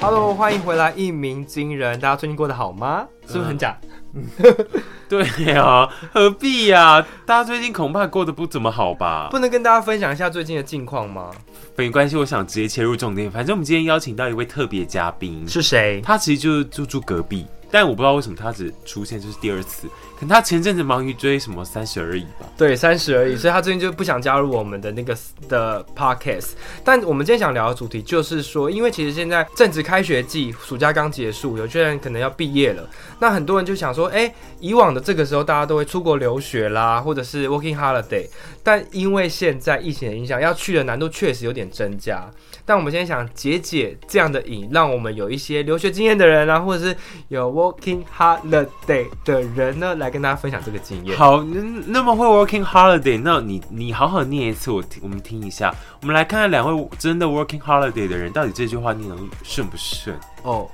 Hello，欢迎回来，一鸣惊人。大家最近过得好吗？是不是很假？ 对呀，何必呀？大家最近恐怕过得不怎么好吧？不能跟大家分享一下最近的近况吗？没关系，我想直接切入重点。反正我们今天邀请到一位特别嘉宾，是谁？他其实就是住住隔壁，但我不知道为什么他只出现就是第二次。可能他前阵子忙于追什么三十而已吧。对，三十而已，所以他最近就不想加入我们的那个 s- 的 podcast。但我们今天想聊的主题就是说，因为其实现在正值开学季，暑假刚结束，有些人可能要毕业了。那很多人就想说，哎、以往的这个时候大家都会出国留学啦，或者是 working holiday，但因为现在疫情的影响，要去的难度确实有点增加。但我们今天想解解这样的瘾，让我们有一些留学经验的人啊，或者是有 working holiday 的人呢，来跟大家分享这个经验。好，那那么会 working holiday，那你你好好念一次，我听我们听一下。我们来看看两位真的 working holiday 的人到底这句话念的顺不顺。哦，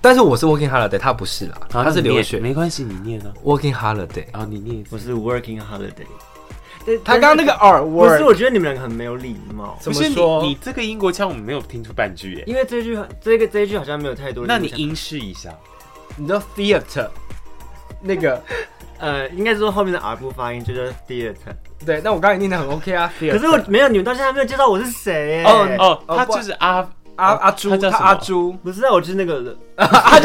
但是我是 working holiday，他不是啦，好他是啊那你留念学没关系，你念啊。 working holiday。啊，你念一次我。是 working holiday。但他刚刚那个耳不是， word 我觉得你们两个很没有礼貌，怎不么是说你你这个英国腔我们没有听出半句耶。因为这句这个这一句好像没有太多礼貌。那你英式一下，你知道 theater 那个呃，应该是说后面的 R 不发音，就叫 theater。对，但我刚才念的很 OK 啊。可是我没有，你们到现在还没有介绍我是谁耶？哦哦，哦他不就是阿阿啊阿他朱，叫他什么阿朱，不是啊，我就是那个啊，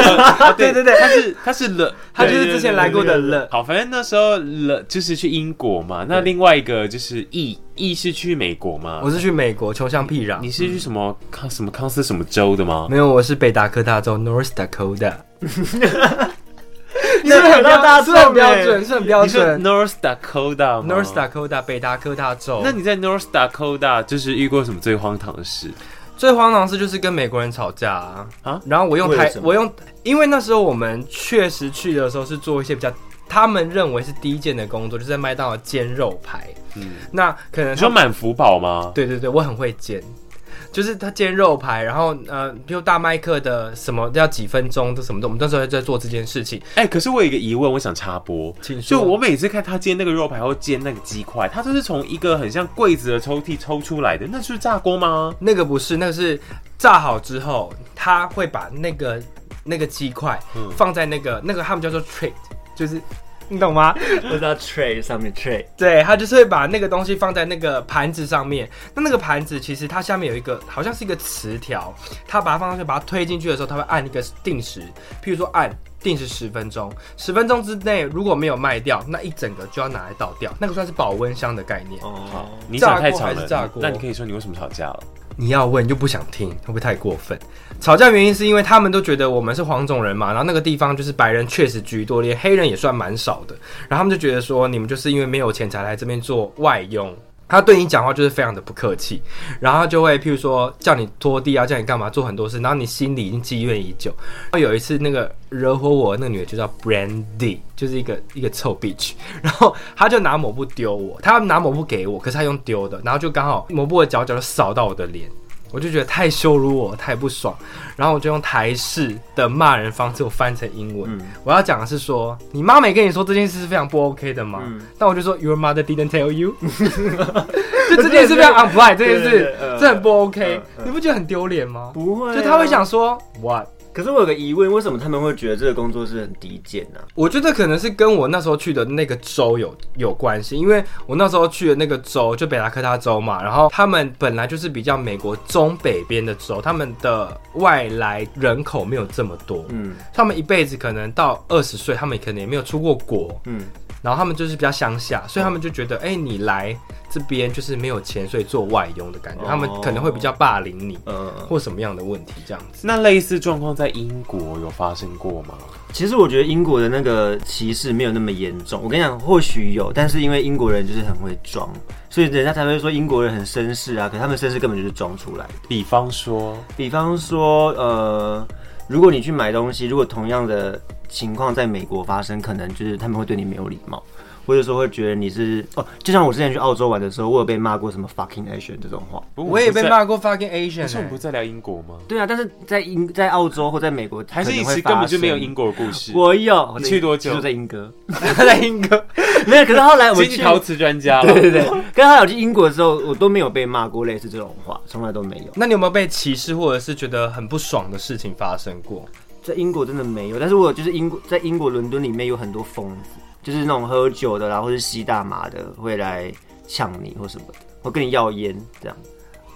对对对他是他是了，他就是对对之前对来过的对对对了。好，反正那时候了就是去英国嘛，对那另外一个就是意意是去美国嘛我。是去美国穷乡僻壤你，是去什么康什么康斯什么州的吗？没有，我是北达科大州 North Dakota。你是不是很标大是众不是很标欸准，是很标你是准。 North Dakota 吗 North Dakota 北达科大州，那你在 North Dakota 就是遇过什么最荒唐的事？最荒唐的事就是跟美国人吵架啊，啊然后我用为了台什，么我用，因为那时候我们确实去的时候是做一些比较他们认为是低贱的工作，就是在麦当劳煎肉排。嗯，那可能你他说们满福宝吗？对对对，我很会煎，就是他煎肉排，然后呃，比如大麦克的什么要几分钟，这什么的，我们那时候在做这件事情。哎、可是我有一个疑问，我想插播。请就说我每次看他煎那个肉排或煎那个鸡块，他都是从一个很像柜子的抽屉抽出来的，那就是炸锅吗？那个不是，那个是炸好之后，他会把那个那个鸡块嗯放在那个那个他们叫做 treat，就是你懂吗？我知道 tray 上面 tray。对，他就是会把那个东西放在那个盘子上面。那那个盘子其实它下面有一个，好像是一个磁条，他把它放上去，把它推进去的时候，他会按一个定时，譬如说按定时十分钟，十分钟之内如果没有卖掉，那一整个就要拿来倒掉。那个算是保温箱的概念。哦，你讲太炸锅长还是了，炸锅那你可以说你为什么吵架了？你要问就不想听，会不会太过分？吵架原因是因为他们都觉得我们是黄种人嘛，然后那个地方就是白人确实居多，连黑人也算蛮少的。然后他们就觉得说，你们就是因为没有钱才来这边做外佣。他对你讲话就是非常的不客气，然后就会譬如说叫你拖地啊，叫你干嘛做很多事，然后你心里已经积怨已久。然后有一次那个惹火我的那个女的就叫 Brandy，就是一个一个臭 bitch，然后她就拿抹布丢我，她要拿抹布给我，可是她用丢的，然后就刚好抹布的角角就扫到我的脸，我就觉得太羞辱我，太不爽，然后我就用台式的骂人方式，我翻成英文。嗯我要讲的是说，你妈没跟你说这件事是非常不 OK 的吗？嗯但我就说 Your mother didn't tell you，就这件事 非常 unpolite，这件对对对事呃这很不 OK，嗯嗯你不觉得很丢脸吗？不会啊，就他会想说 What？可是我有个疑问，为什么他们会觉得这个工作是很低贱啊呢、我觉得可能是跟我那时候去的那个州有有关系，因为我那时候去的那个州就北达科他州嘛，然后他们本来就是比较美国中北边的州，他们的外来人口没有这么多，嗯他们一辈子可能到二十岁，他们可能也没有出过国，嗯，然后他们就是比较乡下，所以他们就觉得，哎、你来这边就是没有钱，所以做外佣的感觉，哦他们可能会比较霸凌你，呃，或什么样的问题这样子。那类似状况在英国有发生过吗？其实我觉得英国的那个歧视没有那么严重。我跟你讲，或许有，但是因为英国人就是很会装，所以人家才会说英国人很绅士啊。可他们绅士根本就是装出来的。比方说，比方说，呃，如果你去买东西，如果同样的情况在美国发生，可能就是他们会对你没有礼貌。或者说会觉得你是哦，就像我之前去澳洲玩的时候，我有被骂过什么 fucking Asian 这种话。不哦过我也们不被在，骂过 fucking Asian，但是我们不欸是在聊英国吗？对啊，但是在英在澳洲或在美国还是可一能会直根发本就没有生英国的故事？我有，你去多久就在英哥，他在英国，没有。可是后来我经去济陶瓷专家对了，对对，跟他有去英国的时候，我都没有被骂过类似这种话，从来都没有。那你有没有被歧视或者是觉得很不爽的事情发生过？在英国真的没有，但是我就是英国，在英国伦敦里面有很多疯子，就是那种喝酒的啦，或是吸大麻的，会来抢你或什么的，会跟你要烟这样。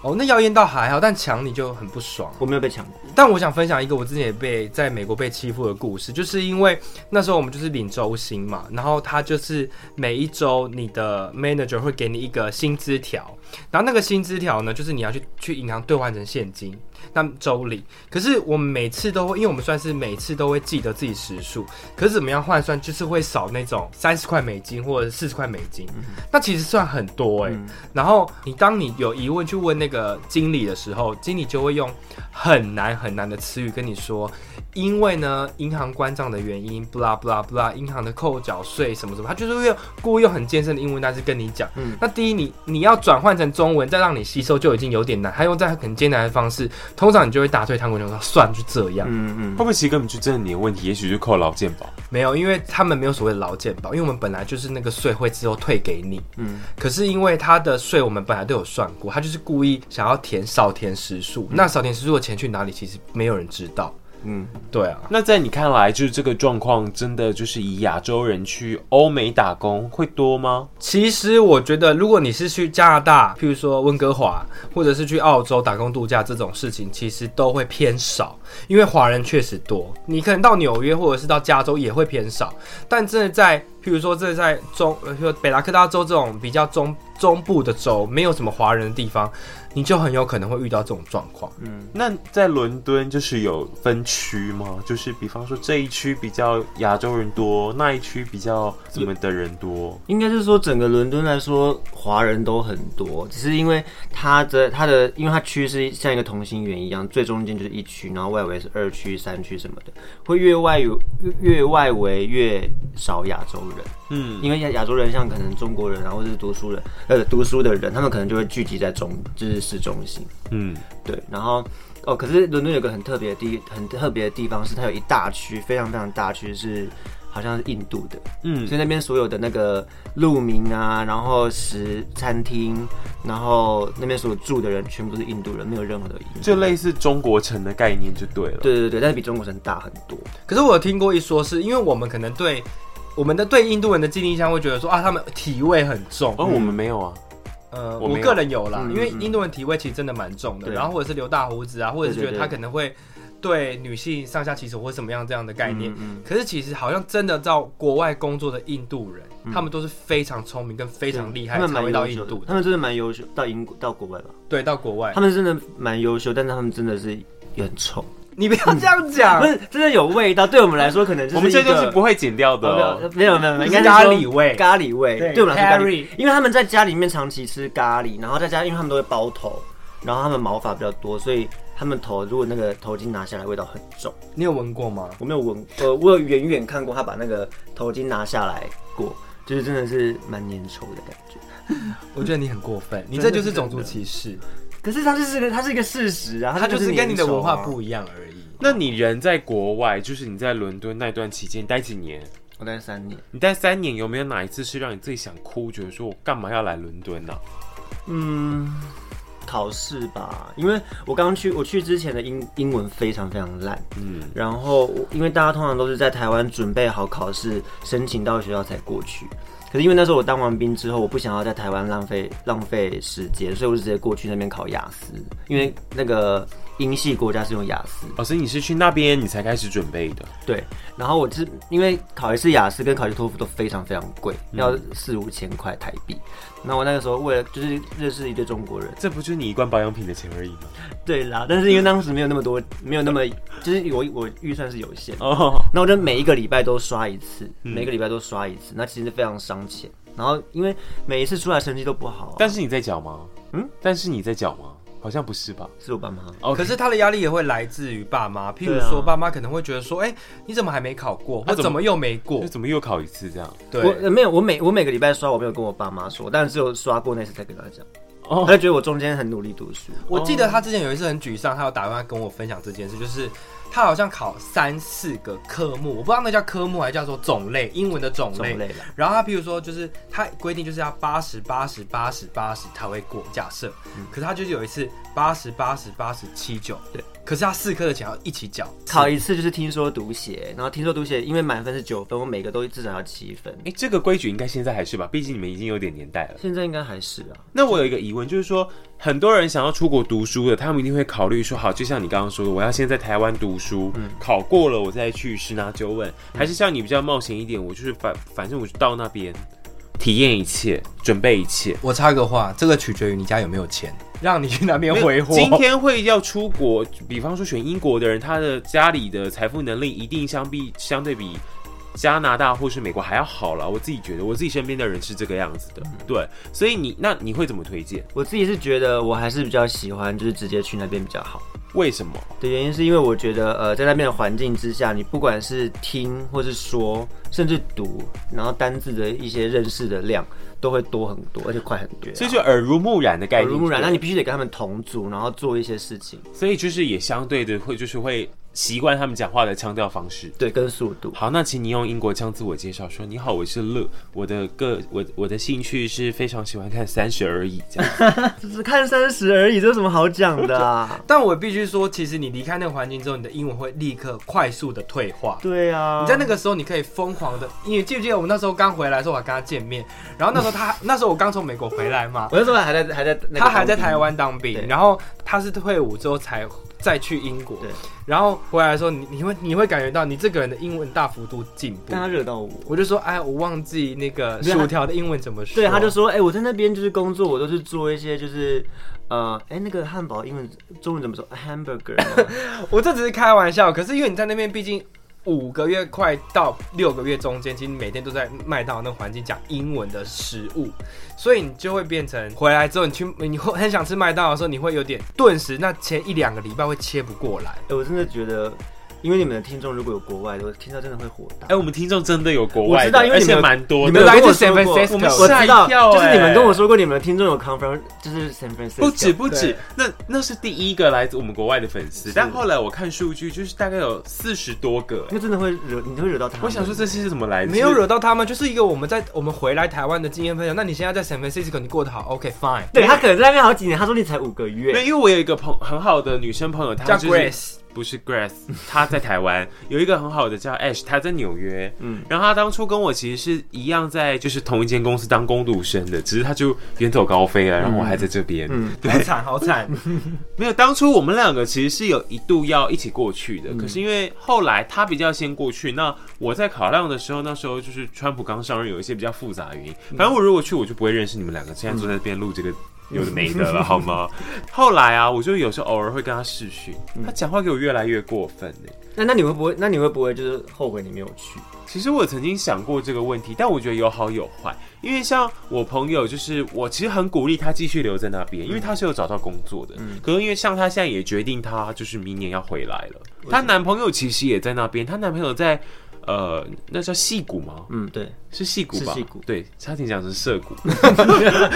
哦，那谣言倒还好，但抢你就很不爽。我没有被抢过，但我想分享一个我之前也被在美国被欺负的故事，就是因为那时候我们就是领周薪嘛，然后他就是每一周你的 manager 会给你一个薪资条，然后那个薪资条呢，就是你要去去银行兑换成现金，那周里。可是我们每次都会，因为我们算是每次都会记得自己时数，可是怎么样换算就是会少那种三十块美金或者四十块美金，那其实算很多哎、嗯然后你当你有疑问去问那个经理的时候，经理就会用很难很难的词语跟你说，因为呢银行关账的原因，blah blah blah，银行的扣缴税什么什么，他就是会用故意用很艰深的英文单词跟你讲。嗯那第一你你要转换成中文，再让你吸收就已经有点难，他用在很艰难的方式，通常你就会打退堂鼓，就说算了，就这样。会嗯嗯，不会其实根本就真的你的问题，也许就扣劳健保？没有，因为他们没有所谓的劳健保，因为我们本来就是那个税会之后退给你。嗯，可是因为他的税我们本来都有算过，他就是故意想要填少填时数。那少填时数的钱去哪里？其实没有人知道。嗯，对啊，那在你看来，就是这个状况真的就是以亚洲人去欧美打工会多吗？其实我觉得，如果你是去加拿大，譬如说温哥华，或者是去澳洲打工度假这种事情，其实都会偏少，因为华人确实多。你可能到纽约或者是到加州也会偏少，但真的在譬如说，这在中呃，譬如说北达科他州这种比较中中部的州，没有什么华人的地方，你就很有可能会遇到这种状况。那在伦敦就是有分区吗？就是比方说这一区比较亚洲人多，那一区比较怎么的人多？应该是说整个伦敦来说，华人都很多，只是因为它的它的，因为它区是像一个同心圆一样，最中间就是一区，然后外围是二区、三区什么的，会越外有越越外围越少亚洲人。嗯，因为亚亚洲人像可能中国人啊，或者是读书人，呃，读书的人，他们可能就会聚集在中，就是市中心。嗯，对，然后哦，可是伦敦有个很特别的地，很特别的地方是它有一大区，非常非常大区是好像是印度的，嗯所以那边所有的那个路名啊，然后食餐厅，然后那边所住的人全部是印度人，没有任何的移民。就类似中国城的概念就对了。对对对，但是比中国人大很多。可是我有听过一说是，因为我们可能对我们的对印度人的既定印象会觉得说啊，他们体味很重。哦，我们没有啊。呃，我我没有个人有啦，嗯因为嗯印度人体味其实真的蛮重的，对然后或者是留大胡子啊，或者是对对觉得他对可能会对女性上下其手或什么样这样的概念。嗯，可是其实好像真的到国外工作的印度人，嗯他们都是非常聪明跟非非常厉害才会到印度的。他们真的蛮优秀，到英国到国外吧。对，到国外他，们真的蛮优秀，但是他们真的是也很臭，你不要这样讲不，是真的有味道。对我们来说，可能就是我们这一个都是不会剪掉的、哦哦。没有没有没有没有，应该是咖说喱味。咖喱味，对对我们来说咖 curry 喱，因为他们在家里面长期吃咖喱，然后在家因为他们都会包头，然后他们毛发比较多，所以他们头如果那个头巾拿下来，味道很重。你有闻过吗？我没有闻，呃，我有远远看过他把那个头巾拿下来过，就是真的是蛮粘稠的感觉。我觉得你很过分，你真这的就是是真种的族歧视，可是它就是个，它是一个事实啊，它就就是跟你的文化粘稠啊。不一样而已。那你人在国外，就是你在伦敦那段期间待几年？我待三年，你待三年，有没有哪一次是让你最想哭，觉得说我干嘛要来伦敦啊呢、嗯，考试吧，因为我刚去，我去之前的英英文非常非常烂，嗯，然后我因为大家通常都是在台湾准备好考试，申请到学校才过去。可是因为那时候我当完兵之后，我不想要在台湾浪费浪费时间，所以我就直接过去那边考雅思，因为那个英系国家是用雅思。老师，哦你是去那边你才开始准备的？对，然后我是因为考一次雅思跟考一次托福都非常非常贵，要四五千块台币。那我那个时候为了就是认识一堆中国人，这不就是你一罐保养品的钱而已吗？对啦，但是因为当时没有那么多，没有那么，就是我我预算是有限，哦，那我就每一个礼拜都刷一次，嗯每个礼拜都刷一次，那其实非常伤钱。然后因为每一次出来成绩都不好啊、但是你在缴吗？嗯嗯，但是你在缴吗？好像不是吧？是我爸妈。哦，可是他的压力也会来自于爸妈，譬如对啊说爸妈可能会觉得说，哎、你怎么还没考过，啊或怎么又没过就？怎么又考一次这样？对，我、呃没有，我每我每个礼拜刷，我没有跟我爸妈说，但是只有刷过那次才跟他讲。哦他就觉得我中间很努力读书，我记得他之前有一次很沮丧，他有打电话跟我分享这件事，就是他好像考三四个科目，我不知道那叫科目还是叫做种类，英文的种种类。类了。然后他比如说就是他规定就是要八十八十八十八十才会过，假设，可是他就是有一次八十八十八十七九，嗯对，可是他四科的钱要一起缴，考一次就是听说读写，然后听说读写，因为满分是九分，我每个都至少要七分。 哎，这个规矩应该现在还是吧？毕竟你们已经有点年代了。现在应该还是啊，那我有一个疑问，就是说，很多人想要出国读书的，他们一定会考虑说，好，就像你刚刚说的，我要先在台湾读书，考过了我再去十拿九稳，还是像你比较冒险一点，我就是反反正我就到那边体验一切，准备一切。我插个话，这个取决于你家有没有钱，让你去那 边挥霍。？今天会要出国，比方说选英国的人，他的家里的财富能力一定相比相对比加拿大或是美国还要好了。我自己觉得，我自己身边的人是这个样子嗯的，对。所以你那你会怎么推荐？我自己是觉得我还是比较喜欢，就是直接去那边比较好。为什么？的原因是因为我觉得，呃，在那边的环境之下，你不管是听或是说，甚至读，然后单字的一些认识的量都会多很多，而且快很多、啊所以就耳濡目染的概耳念，濡目染，那你必须得跟他们同组，然后做一些事情，所以就是也相对的会就是会习惯他们讲话的腔调方式。对，跟速度。好，那请你用英国腔自我介绍，说你好，我是乐，我的个我我的兴趣是非常喜欢看《三十而已》这 样。只看三十而已，这有什么好讲的啊 但我必须说，其实你离开那个环境之后，你的英文会立刻快速的退化。对啊，你在那个时候，你可以疯狂的，你记不记得我们那时候刚回来的时候，我还跟他见面，然后那时候他那时候我刚从美国回来嘛，我那时候还在还在那个他还在当兵台，湾当兵，对然后他是退伍之后才再去英国对，然后回来的时候，你你会你会感觉到你这个人的英文大幅度进步但。他惹到我。我就说，哎，我忘记那个没有他薯条的英文怎么说。对，他就说，哎、我在那边就是工作，我都是做一些就是，呃，哎、那个汉堡英文中文怎么说？hamburger 吗我这只是开玩笑，可是因为你在那边，毕竟五个月快到六个月中间，其实你每天都在麦当劳那个环境讲英文的食物，所以你就会变成回来之后，你去你会很想吃麦当劳的时候，你会有点顿时那前一两个礼拜会切不过来。哎、我真的觉得，因为你们的听众如果有国外的，我听到真的会火大。哎、我们听众真的有国外的，我知道因为而你们且蛮多你的们。来自有 San 跟我说过 Francisco，我们我吓知一道，跳就是你们哎跟我说过，你们的听众有 conference，就是 San Francisco，不止不止对，那那是第一个来自我们国外的粉丝是，但后来我看数据，就是大概有四十多个、哎那真的会惹，你会惹到他们。我想说这些是怎么来的？没有是不是惹到他们，就是一个我们在我们回来台湾的经验分享。那你现在在 San Francisco 你过得好，OK fine。对他可能在那边好几年，他说你才五个没月，有，因为我有一个朋很好的女生朋友，她叫就是 Grace，不是 Grace，她在台 湾有一个很好的叫 Ash，她在纽约。嗯，然后她当初跟我其实是一样在就是同一间公司当工读生的，只是她就远走高飞了，然后我还在这边。嗯好惨好惨。没有，当初我们两个其实是有一度要一起过去的，可是因为后来他比较先过去，那我在考量的时候，那时候就是川普刚上任，有一些比较复杂的原因。反正我如果去，我就不会认识你们两个，现在坐在这边录这个。有的没的了，好吗？后来啊，我就有时候偶尔会跟他视讯，他讲话给我越来越过分呢、那那你会不会？那你会不会就是后悔你没有去？其实我曾经想过这个问题，但我觉得有好有坏，因为像我朋友，就是我其实很鼓励他继续留在那边，因为他是有找到工作的。可是因为像她现在也决定，她就是明年要回来了。她男朋友其实也在那边，她男朋友在呃，那叫戏谷吗？嗯， 对，是戏谷吧？是矽谷对，差点讲成涩谷，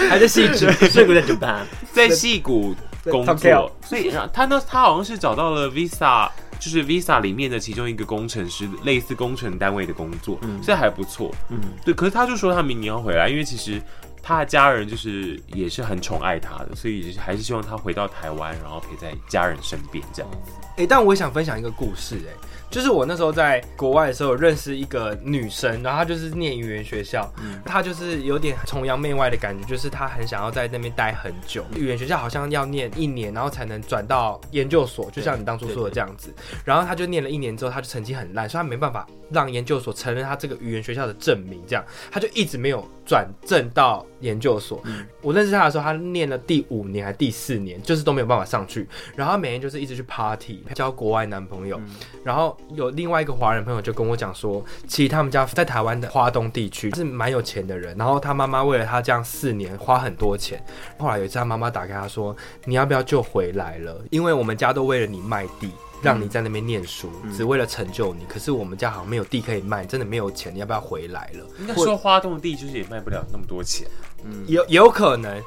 还是细致。睡过在酒吧， 在戏谷工在 Tokyo 作，所以他呢，他好像是找到了 Visa，就是 Visa 里面的其中一个工程师，类似工程单位的工作，这还不错。嗯，对，可是他就说他明年要回来，因为其实他的家人就是也是很宠爱他的，所以就是还是希望他回到台湾，然后陪在家人身边这样。哎、但我也想分享一个故事、哎，就是我那时候在国外的时候，认识一个女生，然后她就是念语言学校，她就是有点崇洋媚外的感觉，就是她很想要在那边待很久。语言学校好像要念一年，然后才能转到研究所，就像你当初说的这样子。然后她就念了一年之后，她就成绩很烂，所以她没办法让研究所承认她这个语言学校的证明，这样她就一直没有转正到研究所。我认识他的时候，他念了第五年还第四年，就是都没有办法上去。然后他每天就是一直去 party，交国外男朋友。然后有另外一个华人朋友就跟我讲说，其实他们家在台湾的华东地区是蛮有钱的人。然后他妈妈为了他这样四年花很多钱。后来有一次他妈妈打给他说，你要不要就回来了？因为我们家都为了你卖地。让你在那边念书，只为了成就你。可是我们家好像没有地可以卖，真的没有钱，你要不要回来了？应该说花动地就是也卖不了那么多钱，嗯有有可能，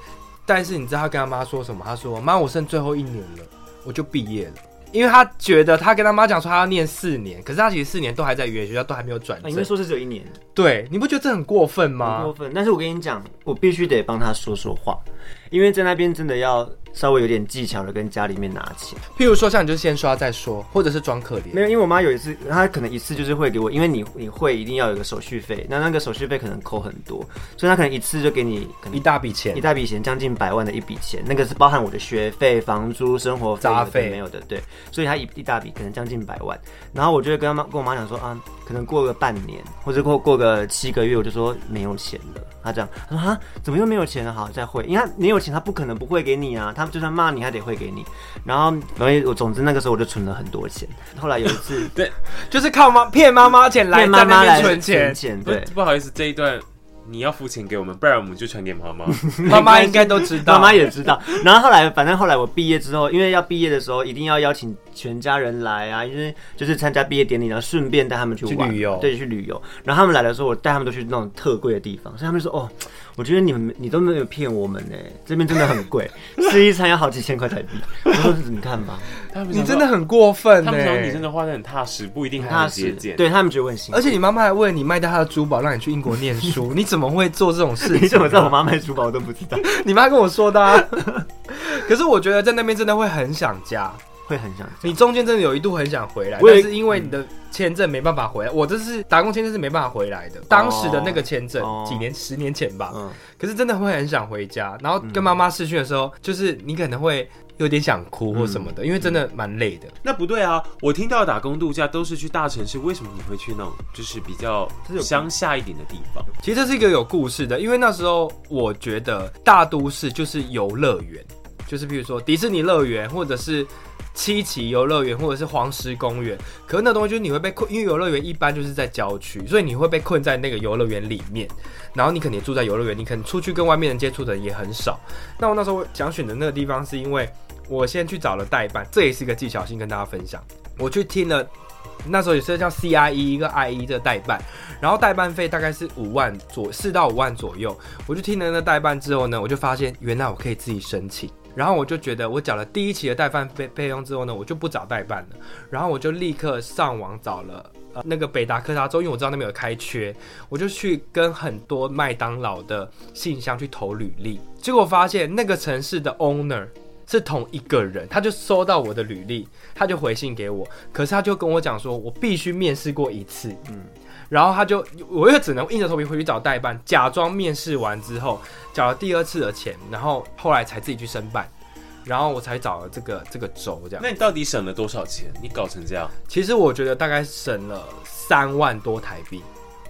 但是你知道他跟他妈说什么？他说：“妈，我剩最后一年了，我就毕业了。”因为他觉得他跟他妈讲说他要念四年，可是他其实四年都还在语言学校，都还没有转啊正。因为硕士只有一年，对，你不觉得这很过分很过吗？分。但是我跟你讲，我必须得帮他说说话，因为在那边真的要稍微有点技巧的跟家里面拿钱。譬如说，像你就先刷再说，或者是装可怜。没有，因为我妈有一次，她可能一次就是会给我，因为你你会一定要有一个手续费，那那个手续费可能扣很多，所以她可能一次就给你可能一大笔钱一，大笔钱，将近百万的一笔钱，那个是包含我的学费、房租、生活费杂有的费没有的，对，所以他一一大笔可能将近百万，然后我就会跟他妈跟我妈讲说啊，可能过个半年或者过过个七个月，我就说没有钱了。他这样，他说啊，怎么又没有钱了？好，再汇，因为他没有钱，他不可能不汇给你啊，他就算骂你，还得汇给你。然后，然后我总之那个时候我就存了很多钱。后来有一次就是靠妈骗妈妈钱来骗妈在妈 那边来存钱钱，钱，不对，不好意思，这一段你要付钱给我们，不然我们就传给 妈妈。妈妈应该都知道。妈妈也知道。然后后来，反正后来我毕业之后，因为要毕业的时候一定要邀请全家人来啊，因为就是参加毕业典礼，然后顺便带他们去玩去旅游对，去旅游。然后他们来的时候，我带他们都去那种特贵的地方，所以他们就说：“哦，我觉得你们你都没有骗我们呢、这边真的很 贵，吃一餐要好几千块台币。”我说：“你看吧，他们想你说真的，很过分欸他呢、们想说你真的花的很踏实，不一定还踏欸很节实。”俭。对他们觉得我很辛苦而。且你妈妈还为了你卖掉她的珠宝，让你去英国念书，你怎么会做这种事情？ 你怎么知道我妈卖珠宝？我都不知道，你妈跟我说的、啊。 可是我觉得在那边真的会很想家，会很 想。你中间真的有一度很想回来，我也但是因为你的签证没办法回来，我这是打工签证是没办法回来的，当时的那个签证哦几年十年前吧，嗯，可是真的会很想回家，然后跟妈妈视讯的时候，就是你可能会有点想哭或什么嗯的，因为真的蛮累的。那不对啊！我听到打工度假都是去大城市，为什么你会去那种就是比较这有乡下一点的地方？其实这是一个有故事的，因为那时候我觉得大都市就是游乐园，就是比如说迪士尼乐园，或者是七旗游乐园，或者是黄石公园。可是那东西就是你会被困，因为游乐园一般就是在郊区，所以你会被困在那个游乐园里面。然后你肯定住在游乐园，你可能出去跟外面人接触的人也很少。那我那时候想选的那个地方，是因为我先去找了代办，这也是一个技巧性跟大家分享。我去听了，那时候也是叫 CIE E 跟 IE 这个代办，然后代办费大概是五万左四到五万左右。我就听了那代办之后呢，我就发现原来我可以自己申请。然后我就觉得，我缴了第一期的代办费费用之后呢，我就不找代办了。然后我就立刻上网找了呃那个北达科他州，因为我知道那边有开缺，我就去跟很多麦当劳的信箱去投履历。结果发现那个城市的 owner 是同一个人，他就收到我的履历，他就回信给我，可是他就跟我讲说，我必须面试过一次，嗯。然后他就，我又只能硬着头皮回去找代办，假装面试完之后缴了第二次的钱，然后后来才自己去申办，然后我才找了这个这个州这样。那你到底省了多少钱？你搞成这样，其实我觉得大概省了三万多台币，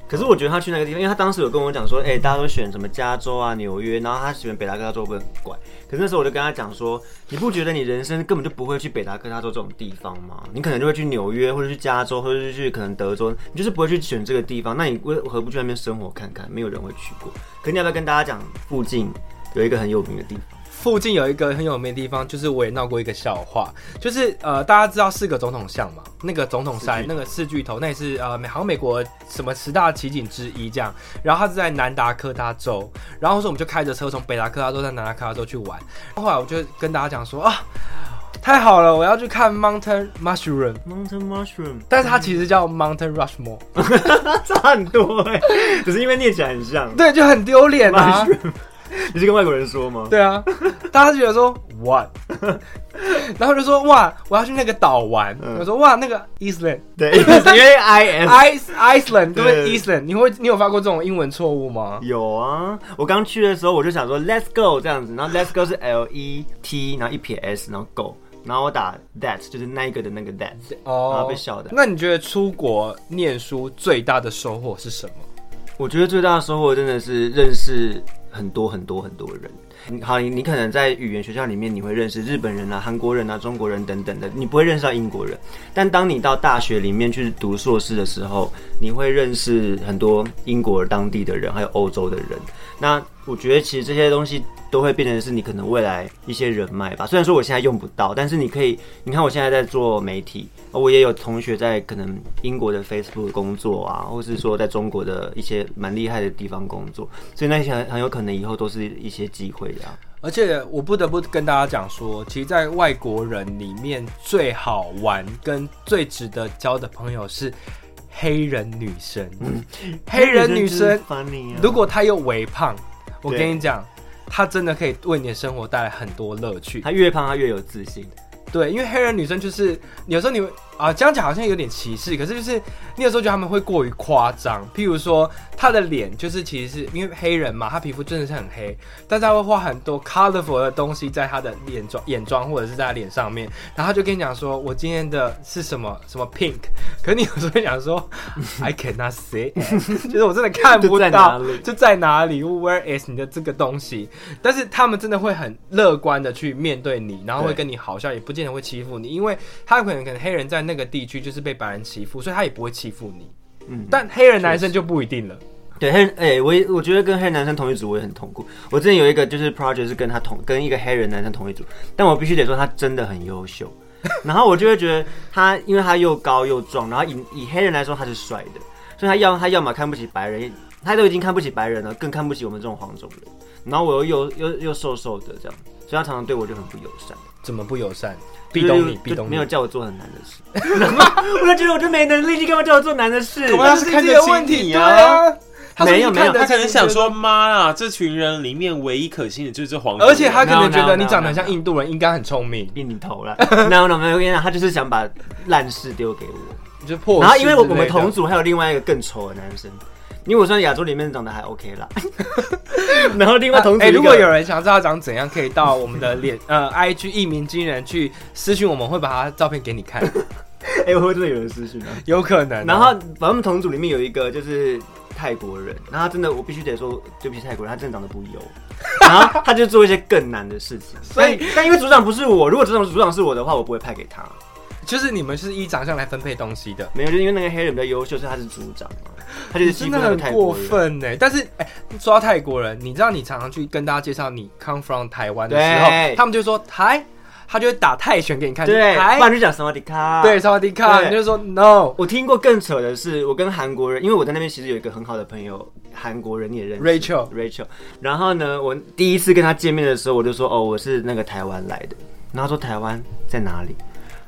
可是我觉得他去那个地方，因为他当时有跟我讲说，哎、大家都选什么加州啊、纽约，然后他选北达科他州会很怪。可是那时候我就跟他讲说，你不觉得你人生根本就不会去北达科他州这种地方吗？你可能就会去纽约，或者去加州，或者是去可能德州，你就是不会去选这个地方。那你为何不去那边生活看看？没有人会去过。可你要不要跟大家讲，附近有一个很有名的地方？附近有一个很有名的地方，就是我也闹过一个笑话，就是呃，大家知道四个总统像嘛，那个总统山，那个四巨头，那也是呃，美好像美国什么十大奇景之一这样。然后它是在南达科他州，然后那时候我们就开着车从北达科他州在南达科他州去玩。后来我就跟大家讲说啊，太好了，我要去看 Mountain Mushroom， Mountain Mushroom 但是它其实叫 Mountain Rushmore，差很多哎、只是因为念起来很 像。对，就很丢脸啊。 Mushroom，你是跟外国人说吗？对 啊，大家就觉得说 what，然后就说哇，我要去那个岛玩。嗯我说哇，那个 Iceland 对，因为因为 I M Ice Iceland 对不对对？Iceland，你会你有发过这种英文错误吗？有啊，我刚去的时候我就想说 Let's go 这样子，然后 Let's go 是 L E T，然后一撇 S，然后 go，然后我打 that 就是那一个的那个 that，然后被笑的。哦那你觉得出国念书最大的收获是什么？我觉得最大的收获真的是认识很多很多很多人。你好，你你可能在语言学校里面，你会认识日本人啊、韩国人啊、中国人等等的，你不会认识到英国人。但当你到大学里面去读硕士的时候，你会认识很多英国当地的人，还有欧洲的人。那我觉得其实这些东西都会变成是你可能未来一些人脉吧。虽然说我现在用不到，但是你可以，你看我现在在做媒体，呃我也有同学在可能英国的 Facebook 工作啊，或是说在中国的一些蛮厉害的地方工作，所以那些很很有可能以后都是一些机会的、啊。而且我不得不跟大家讲说，其实，在外国人里面最好玩跟最值得交的朋友是黑人女生。嗯黑人女生， funny 啊，如果她又微胖，我对跟你讲，她真的可以为你的生活带来很多乐趣。她越胖，她越有自信。对，因为黑人女生就是有时候你会啊，这样讲好像有点歧视，可是就是你有时候觉得他们会过于夸张。譬如说，她的脸就是其实是因为黑人嘛，她皮肤真的是很黑，但是她会画很多 colorful 的东西在她的眼妆、眼妆或者是在她脸上面，然后她就跟你讲说，我今天的是什么什么 pink，可是你有时候会讲 说 I cannot see，it，就是我真的看不就在哪到里，就在哪里，Where is 你的这个东西？但是他们真的会很乐观的去面对你，然后会对跟你好笑，也不见得会欺负你，因为他可能可能黑人在那个地区就是被白人欺负，所以他也不会欺负你。嗯，但黑人男生就不一定了。对黑人，哎、我也我觉得跟黑人男生同一组我也很痛苦。我之前有一个就是 project 是跟他同跟一个黑人男生同一组，但我必须得说他真的很优秀。然后我就会觉得他，因为他又高又壮，然后以以黑人来说他是帅的，所以他要他要么看不起白人，他都已经看不起白人了，更看不起我们这种黄种人。然后我又又又又瘦瘦的这样，所以他常常对我就很不友善，怎么不友善？壁咚就是你，壁就咚你，没有叫我做很难的事， 我就觉得我就没能力，你干嘛叫我做难的事？干嘛那是他是看自己得的起问题你啊对啊他说没有你没有看得他可能起想你说，妈啊，这群人里面唯一可信的就是这黄种欸人，而且他可能觉 No, no, 得你 no, 长得 no. 像印度人，应该很聪明，印你头了。no no 没有，我跟你讲，他就是想把烂事丢给我。就是破。然后因为我我们同，组还有另外一个更丑的男生，因为我算亚洲里面长得还 OK 啦。 然后另外同组哎、一个如果有人想知道他长怎样，可以到我们的脸呃 IG 一鸣惊人去私讯，我们会把他照片给你看，哎、会不会真的有人私讯啊？有可能哦、 然后反正我们同组里面有一个就是泰国人，然后他真的我必须得说对不起泰国人，他真的长得不 优。然后他就做一些更难的事情，所以但但因为组长不是我，如果组长组长是我的话，我不会派给他。就是你们是依长相来分配东西的，没有，就是因为那个黑人比较优秀，所以他是组长嘛，他就是欺真负的那个很泰过国人。分呢、但是哎、说到泰国人，你知道你常常去跟大家介绍你 come from 台湾的时候，对他们就说台，他就会打泰拳给你看，对，不台然，就讲什么迪卡。对，，萨瓦迪卡，对你就说 no。我听过更扯的是，我跟韩国人，因为我在那边其实有一个很好的朋友，韩国人你也认识 Rachel Rachel。然后呢，我第一次跟他见面的时候，我就说哦，我是那个台湾来的。然后他说台湾在哪里？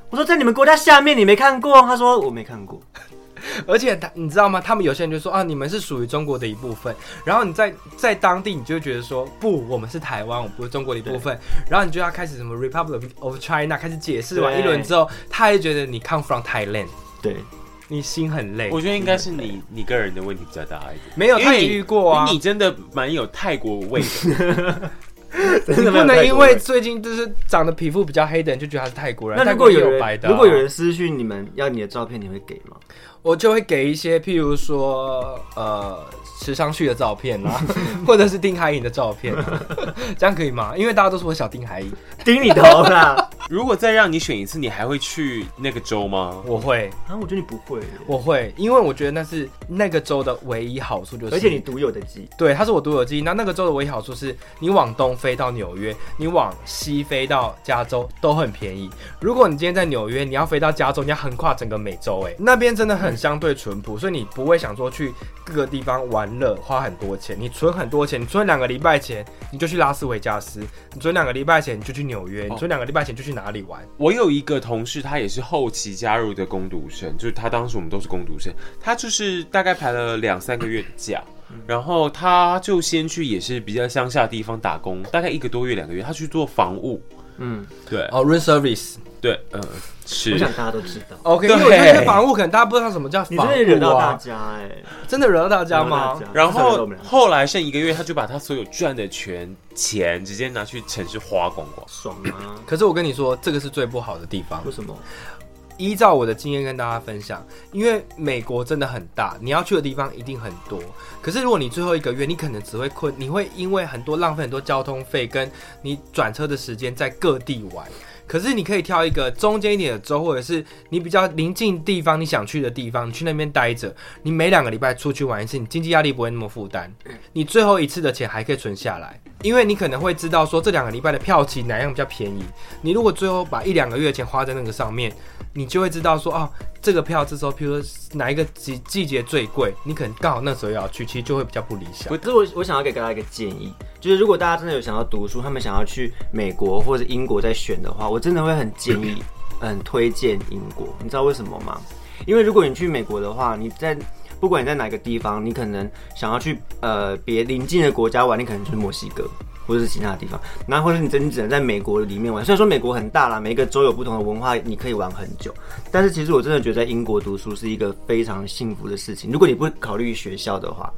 我说在你们国家下面，你没看过？他说我没看过。而且他，你知道吗？他们有些人就说啊，你们是属于中国的一部分。然后你在在当地，你就会觉得说，不，我们是台湾，我们不是中国的一部分。然后你就要开始什么 Republic of China，开始解释完对一轮之后，他还觉得你 come from Thailand，对，你心很累。我觉得应该是 你你个人的问题比较大一点。没有，因他为也你遇过啊。你真的蛮有泰国味 的。你真的没不有能泰因国为人最近就是长得皮肤比较黑的人就觉得他是泰国人，那泰如国果也有有人白的啊、如果有人私讯你们要你的照片，你会给吗？我就会给一些，譬如说，呃，池昌旭的照片啦、 或者是丁海寅的照片、啊，这样可以吗？因为大家都说我小丁海寅，顶你头 啦！如果再让你选一次，你还会去那个州吗？我会，啊，我觉得你不会，我会，因为我觉得那是那个州的唯一好处，就是而且你独有的记忆。对，它是我独有记忆。那那个州的唯一好处是，你往东飞到纽约，你往西飞到加州都很便宜。如果你今天在纽约，你要飞到加州，你要横跨整个美洲、哎，那边真的很相对淳朴，所以你不会想说去各个地方玩乐花很多钱。你存很多钱，你存两个礼拜前你就去拉斯维加斯，你存两个礼拜前你就去纽约，你存两个礼拜前就去哪里玩。我有一个同事，他也是后期加入的工读生，就是他当时我们都是工读生，他就是大概排了两三个月的假，然后他就先去也是比较乡下的地方打工，大概一个多月两个月，他去做房务，嗯，对哦、r o o m service，OK，、对，嗯、我是。想大家都知道。因为我觉得对这些房屋可能大家不知道什么叫你房屋、啊，真的惹到大家哎、真的惹到大家吗？？然至少惹到后我们俩后来剩一个月，他就把他所有赚的全钱直接拿去城市花光光。爽啊可是我跟你说，这个是最不好的地方。为什么？依照我的经验跟大家分享，因为美国真的很大，你要去的地方一定很多。可是如果你最后一个月，你可能只会困，你会因为很多浪费很多交通费，跟你转车的时间在各地玩。可是你可以挑一个中间一点的州，或者是你比较临近地方你想去的地方，你去那边待着，你每两个礼拜出去玩一次，你经济压力不会那么负担，你最后一次的钱还可以存下来，因为你可能会知道说这两个礼拜的票期哪样比较便宜。你如果最后把一两个月的钱花在那个上面，你就会知道说哦，这个票这时候，譬如说哪一个季季节最贵，你可能刚好那时候要去，其实就会比较不理想。我这我我想要给大家一个建议，就是如果大家真的有想要读书，他们想要去美国或者英国再选的话，我真的会很建议，很推荐英国。你知道为什么吗？因为如果你去美国的话，你在不管你在哪个地方，你可能想要去呃别邻近的国家玩，你可能去墨西哥或者是其他地方，然后或者你真的只能在美国里面玩。虽然说美国很大啦，每一个州有不同的文化，你可以玩很久，但是其实我真的觉得在英国读书是一个非常幸福的事情。如果你不考虑学校的话，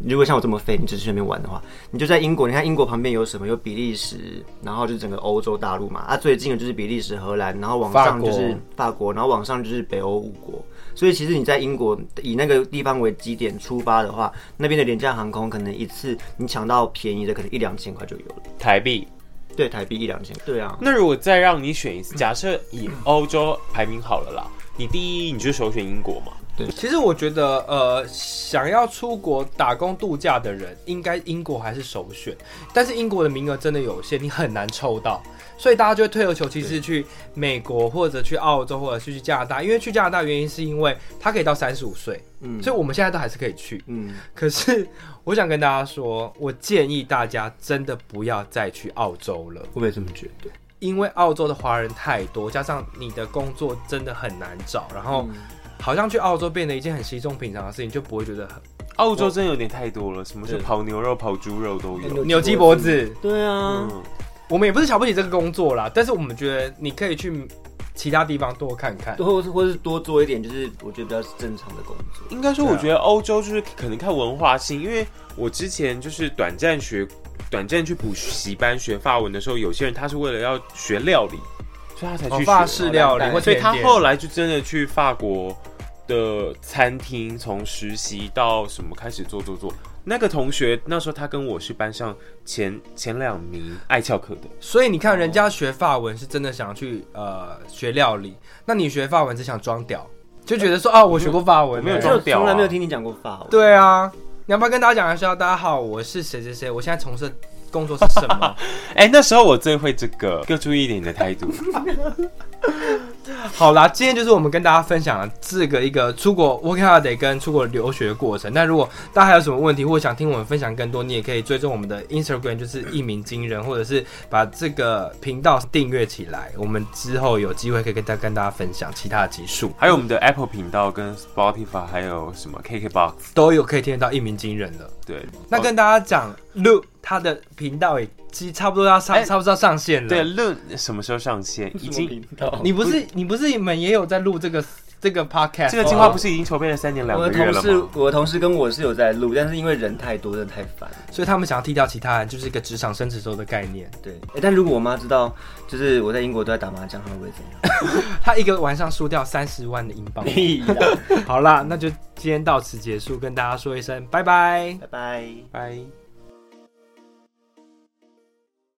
如果像我这么废，你只是去那边玩的话，你就在英国。你看英国旁边有什么？有比利时，然后就是整个欧洲大陆嘛。啊，最近的就是比利时、荷兰，然后往上就是法国，然后往上就是北欧五国。所以其实你在英国以那个地方为基点出发的话，那边的廉价航空可能一次你抢到便宜的，可能一两千块就有了。台币。对，台币一两千。对啊，那如果再让你选一次，假设以欧洲排名好了啦，你第一你就首选英国嘛，其实我觉得，呃，想要出国打工度假的人，应该英国还是首选。但是英国的名额真的有限，你很难抽到，所以大家就会退而求其次去美国或者去澳洲或者是去加拿大。因为去加拿大原因是因为它可以到三十五岁，嗯所以我们现在都还是可以去。嗯，可是我想跟大家说，我建议大家真的不要再去澳洲了。我也这么觉得。因为澳洲的华人太多，加上你的工作真的很难找，然嗯后好像去澳洲变得一件很稀松平常的事情，就不会觉得很澳洲真的有点太多了，什么是对跑牛肉、跑猪肉都有。扭鸡脖子。对啊，嗯，我们也不是瞧不起这个工作啦，但是我们觉得你可以去其他地方多看看。或是或是多做一点，就是我觉得比较正常的工作。应该说，对啊我觉得欧洲就是可能看文化性，因为我之前就是短暂学、短暂去补习班学法文的时候，有些人他是为了要学料理，所以他才哦去学、法式料理好或蛋所以甜他点，后来就真的去法国的餐厅，从实习到什么开始做做做。那个同学那时候他跟我是班上前前两名爱翘课的，所以你看人家学法文是真的想去呃学料理，那你学法文只想装屌，就觉得说哦我学过法文，我没有欸装就屌啊从来没有听你讲过法文。对啊，你要不要跟大家讲一下？大家好，我是谁谁谁，我现在从事的工作是什么？哎、那时候我最会这个，要注意一点你的态度。好啦，今天就是我们跟大家分享了这个一个出国 working holiday 跟出国留学的过程。那如果大家还有什么问题，或者想听我们分享更多，你也可以追踪我们的 Instagram，就是一鸣惊人，或者是把这个频道订阅起来。我们之后有机会可以跟大跟大家分享其他的集数，还有我们的 Apple 频道、跟 Spotify，还有什么 KKBox，都有可以听得到一鸣惊人的。对，哦那跟大家讲，Lu 他的频道也基差不多要上，哎差不多要上线了。对，论什么时候上线，已经道你不是你不是你们也有在录这个这个 podcast？哦这个计划不是已经筹备了三年两我个的月同了事吗？，我的同事跟我是有在录，但是因为人太多，真的太烦。所以他们想要踢掉其他人，就是一个职场生死周的概念。对，诶但如果我妈知道，就是我在英国都在打麻将，她会不会 他一个晚上输掉三十万的英 镑。怎样？好啦，那就今天到此结束，跟大家说一声拜拜。拜拜。拜。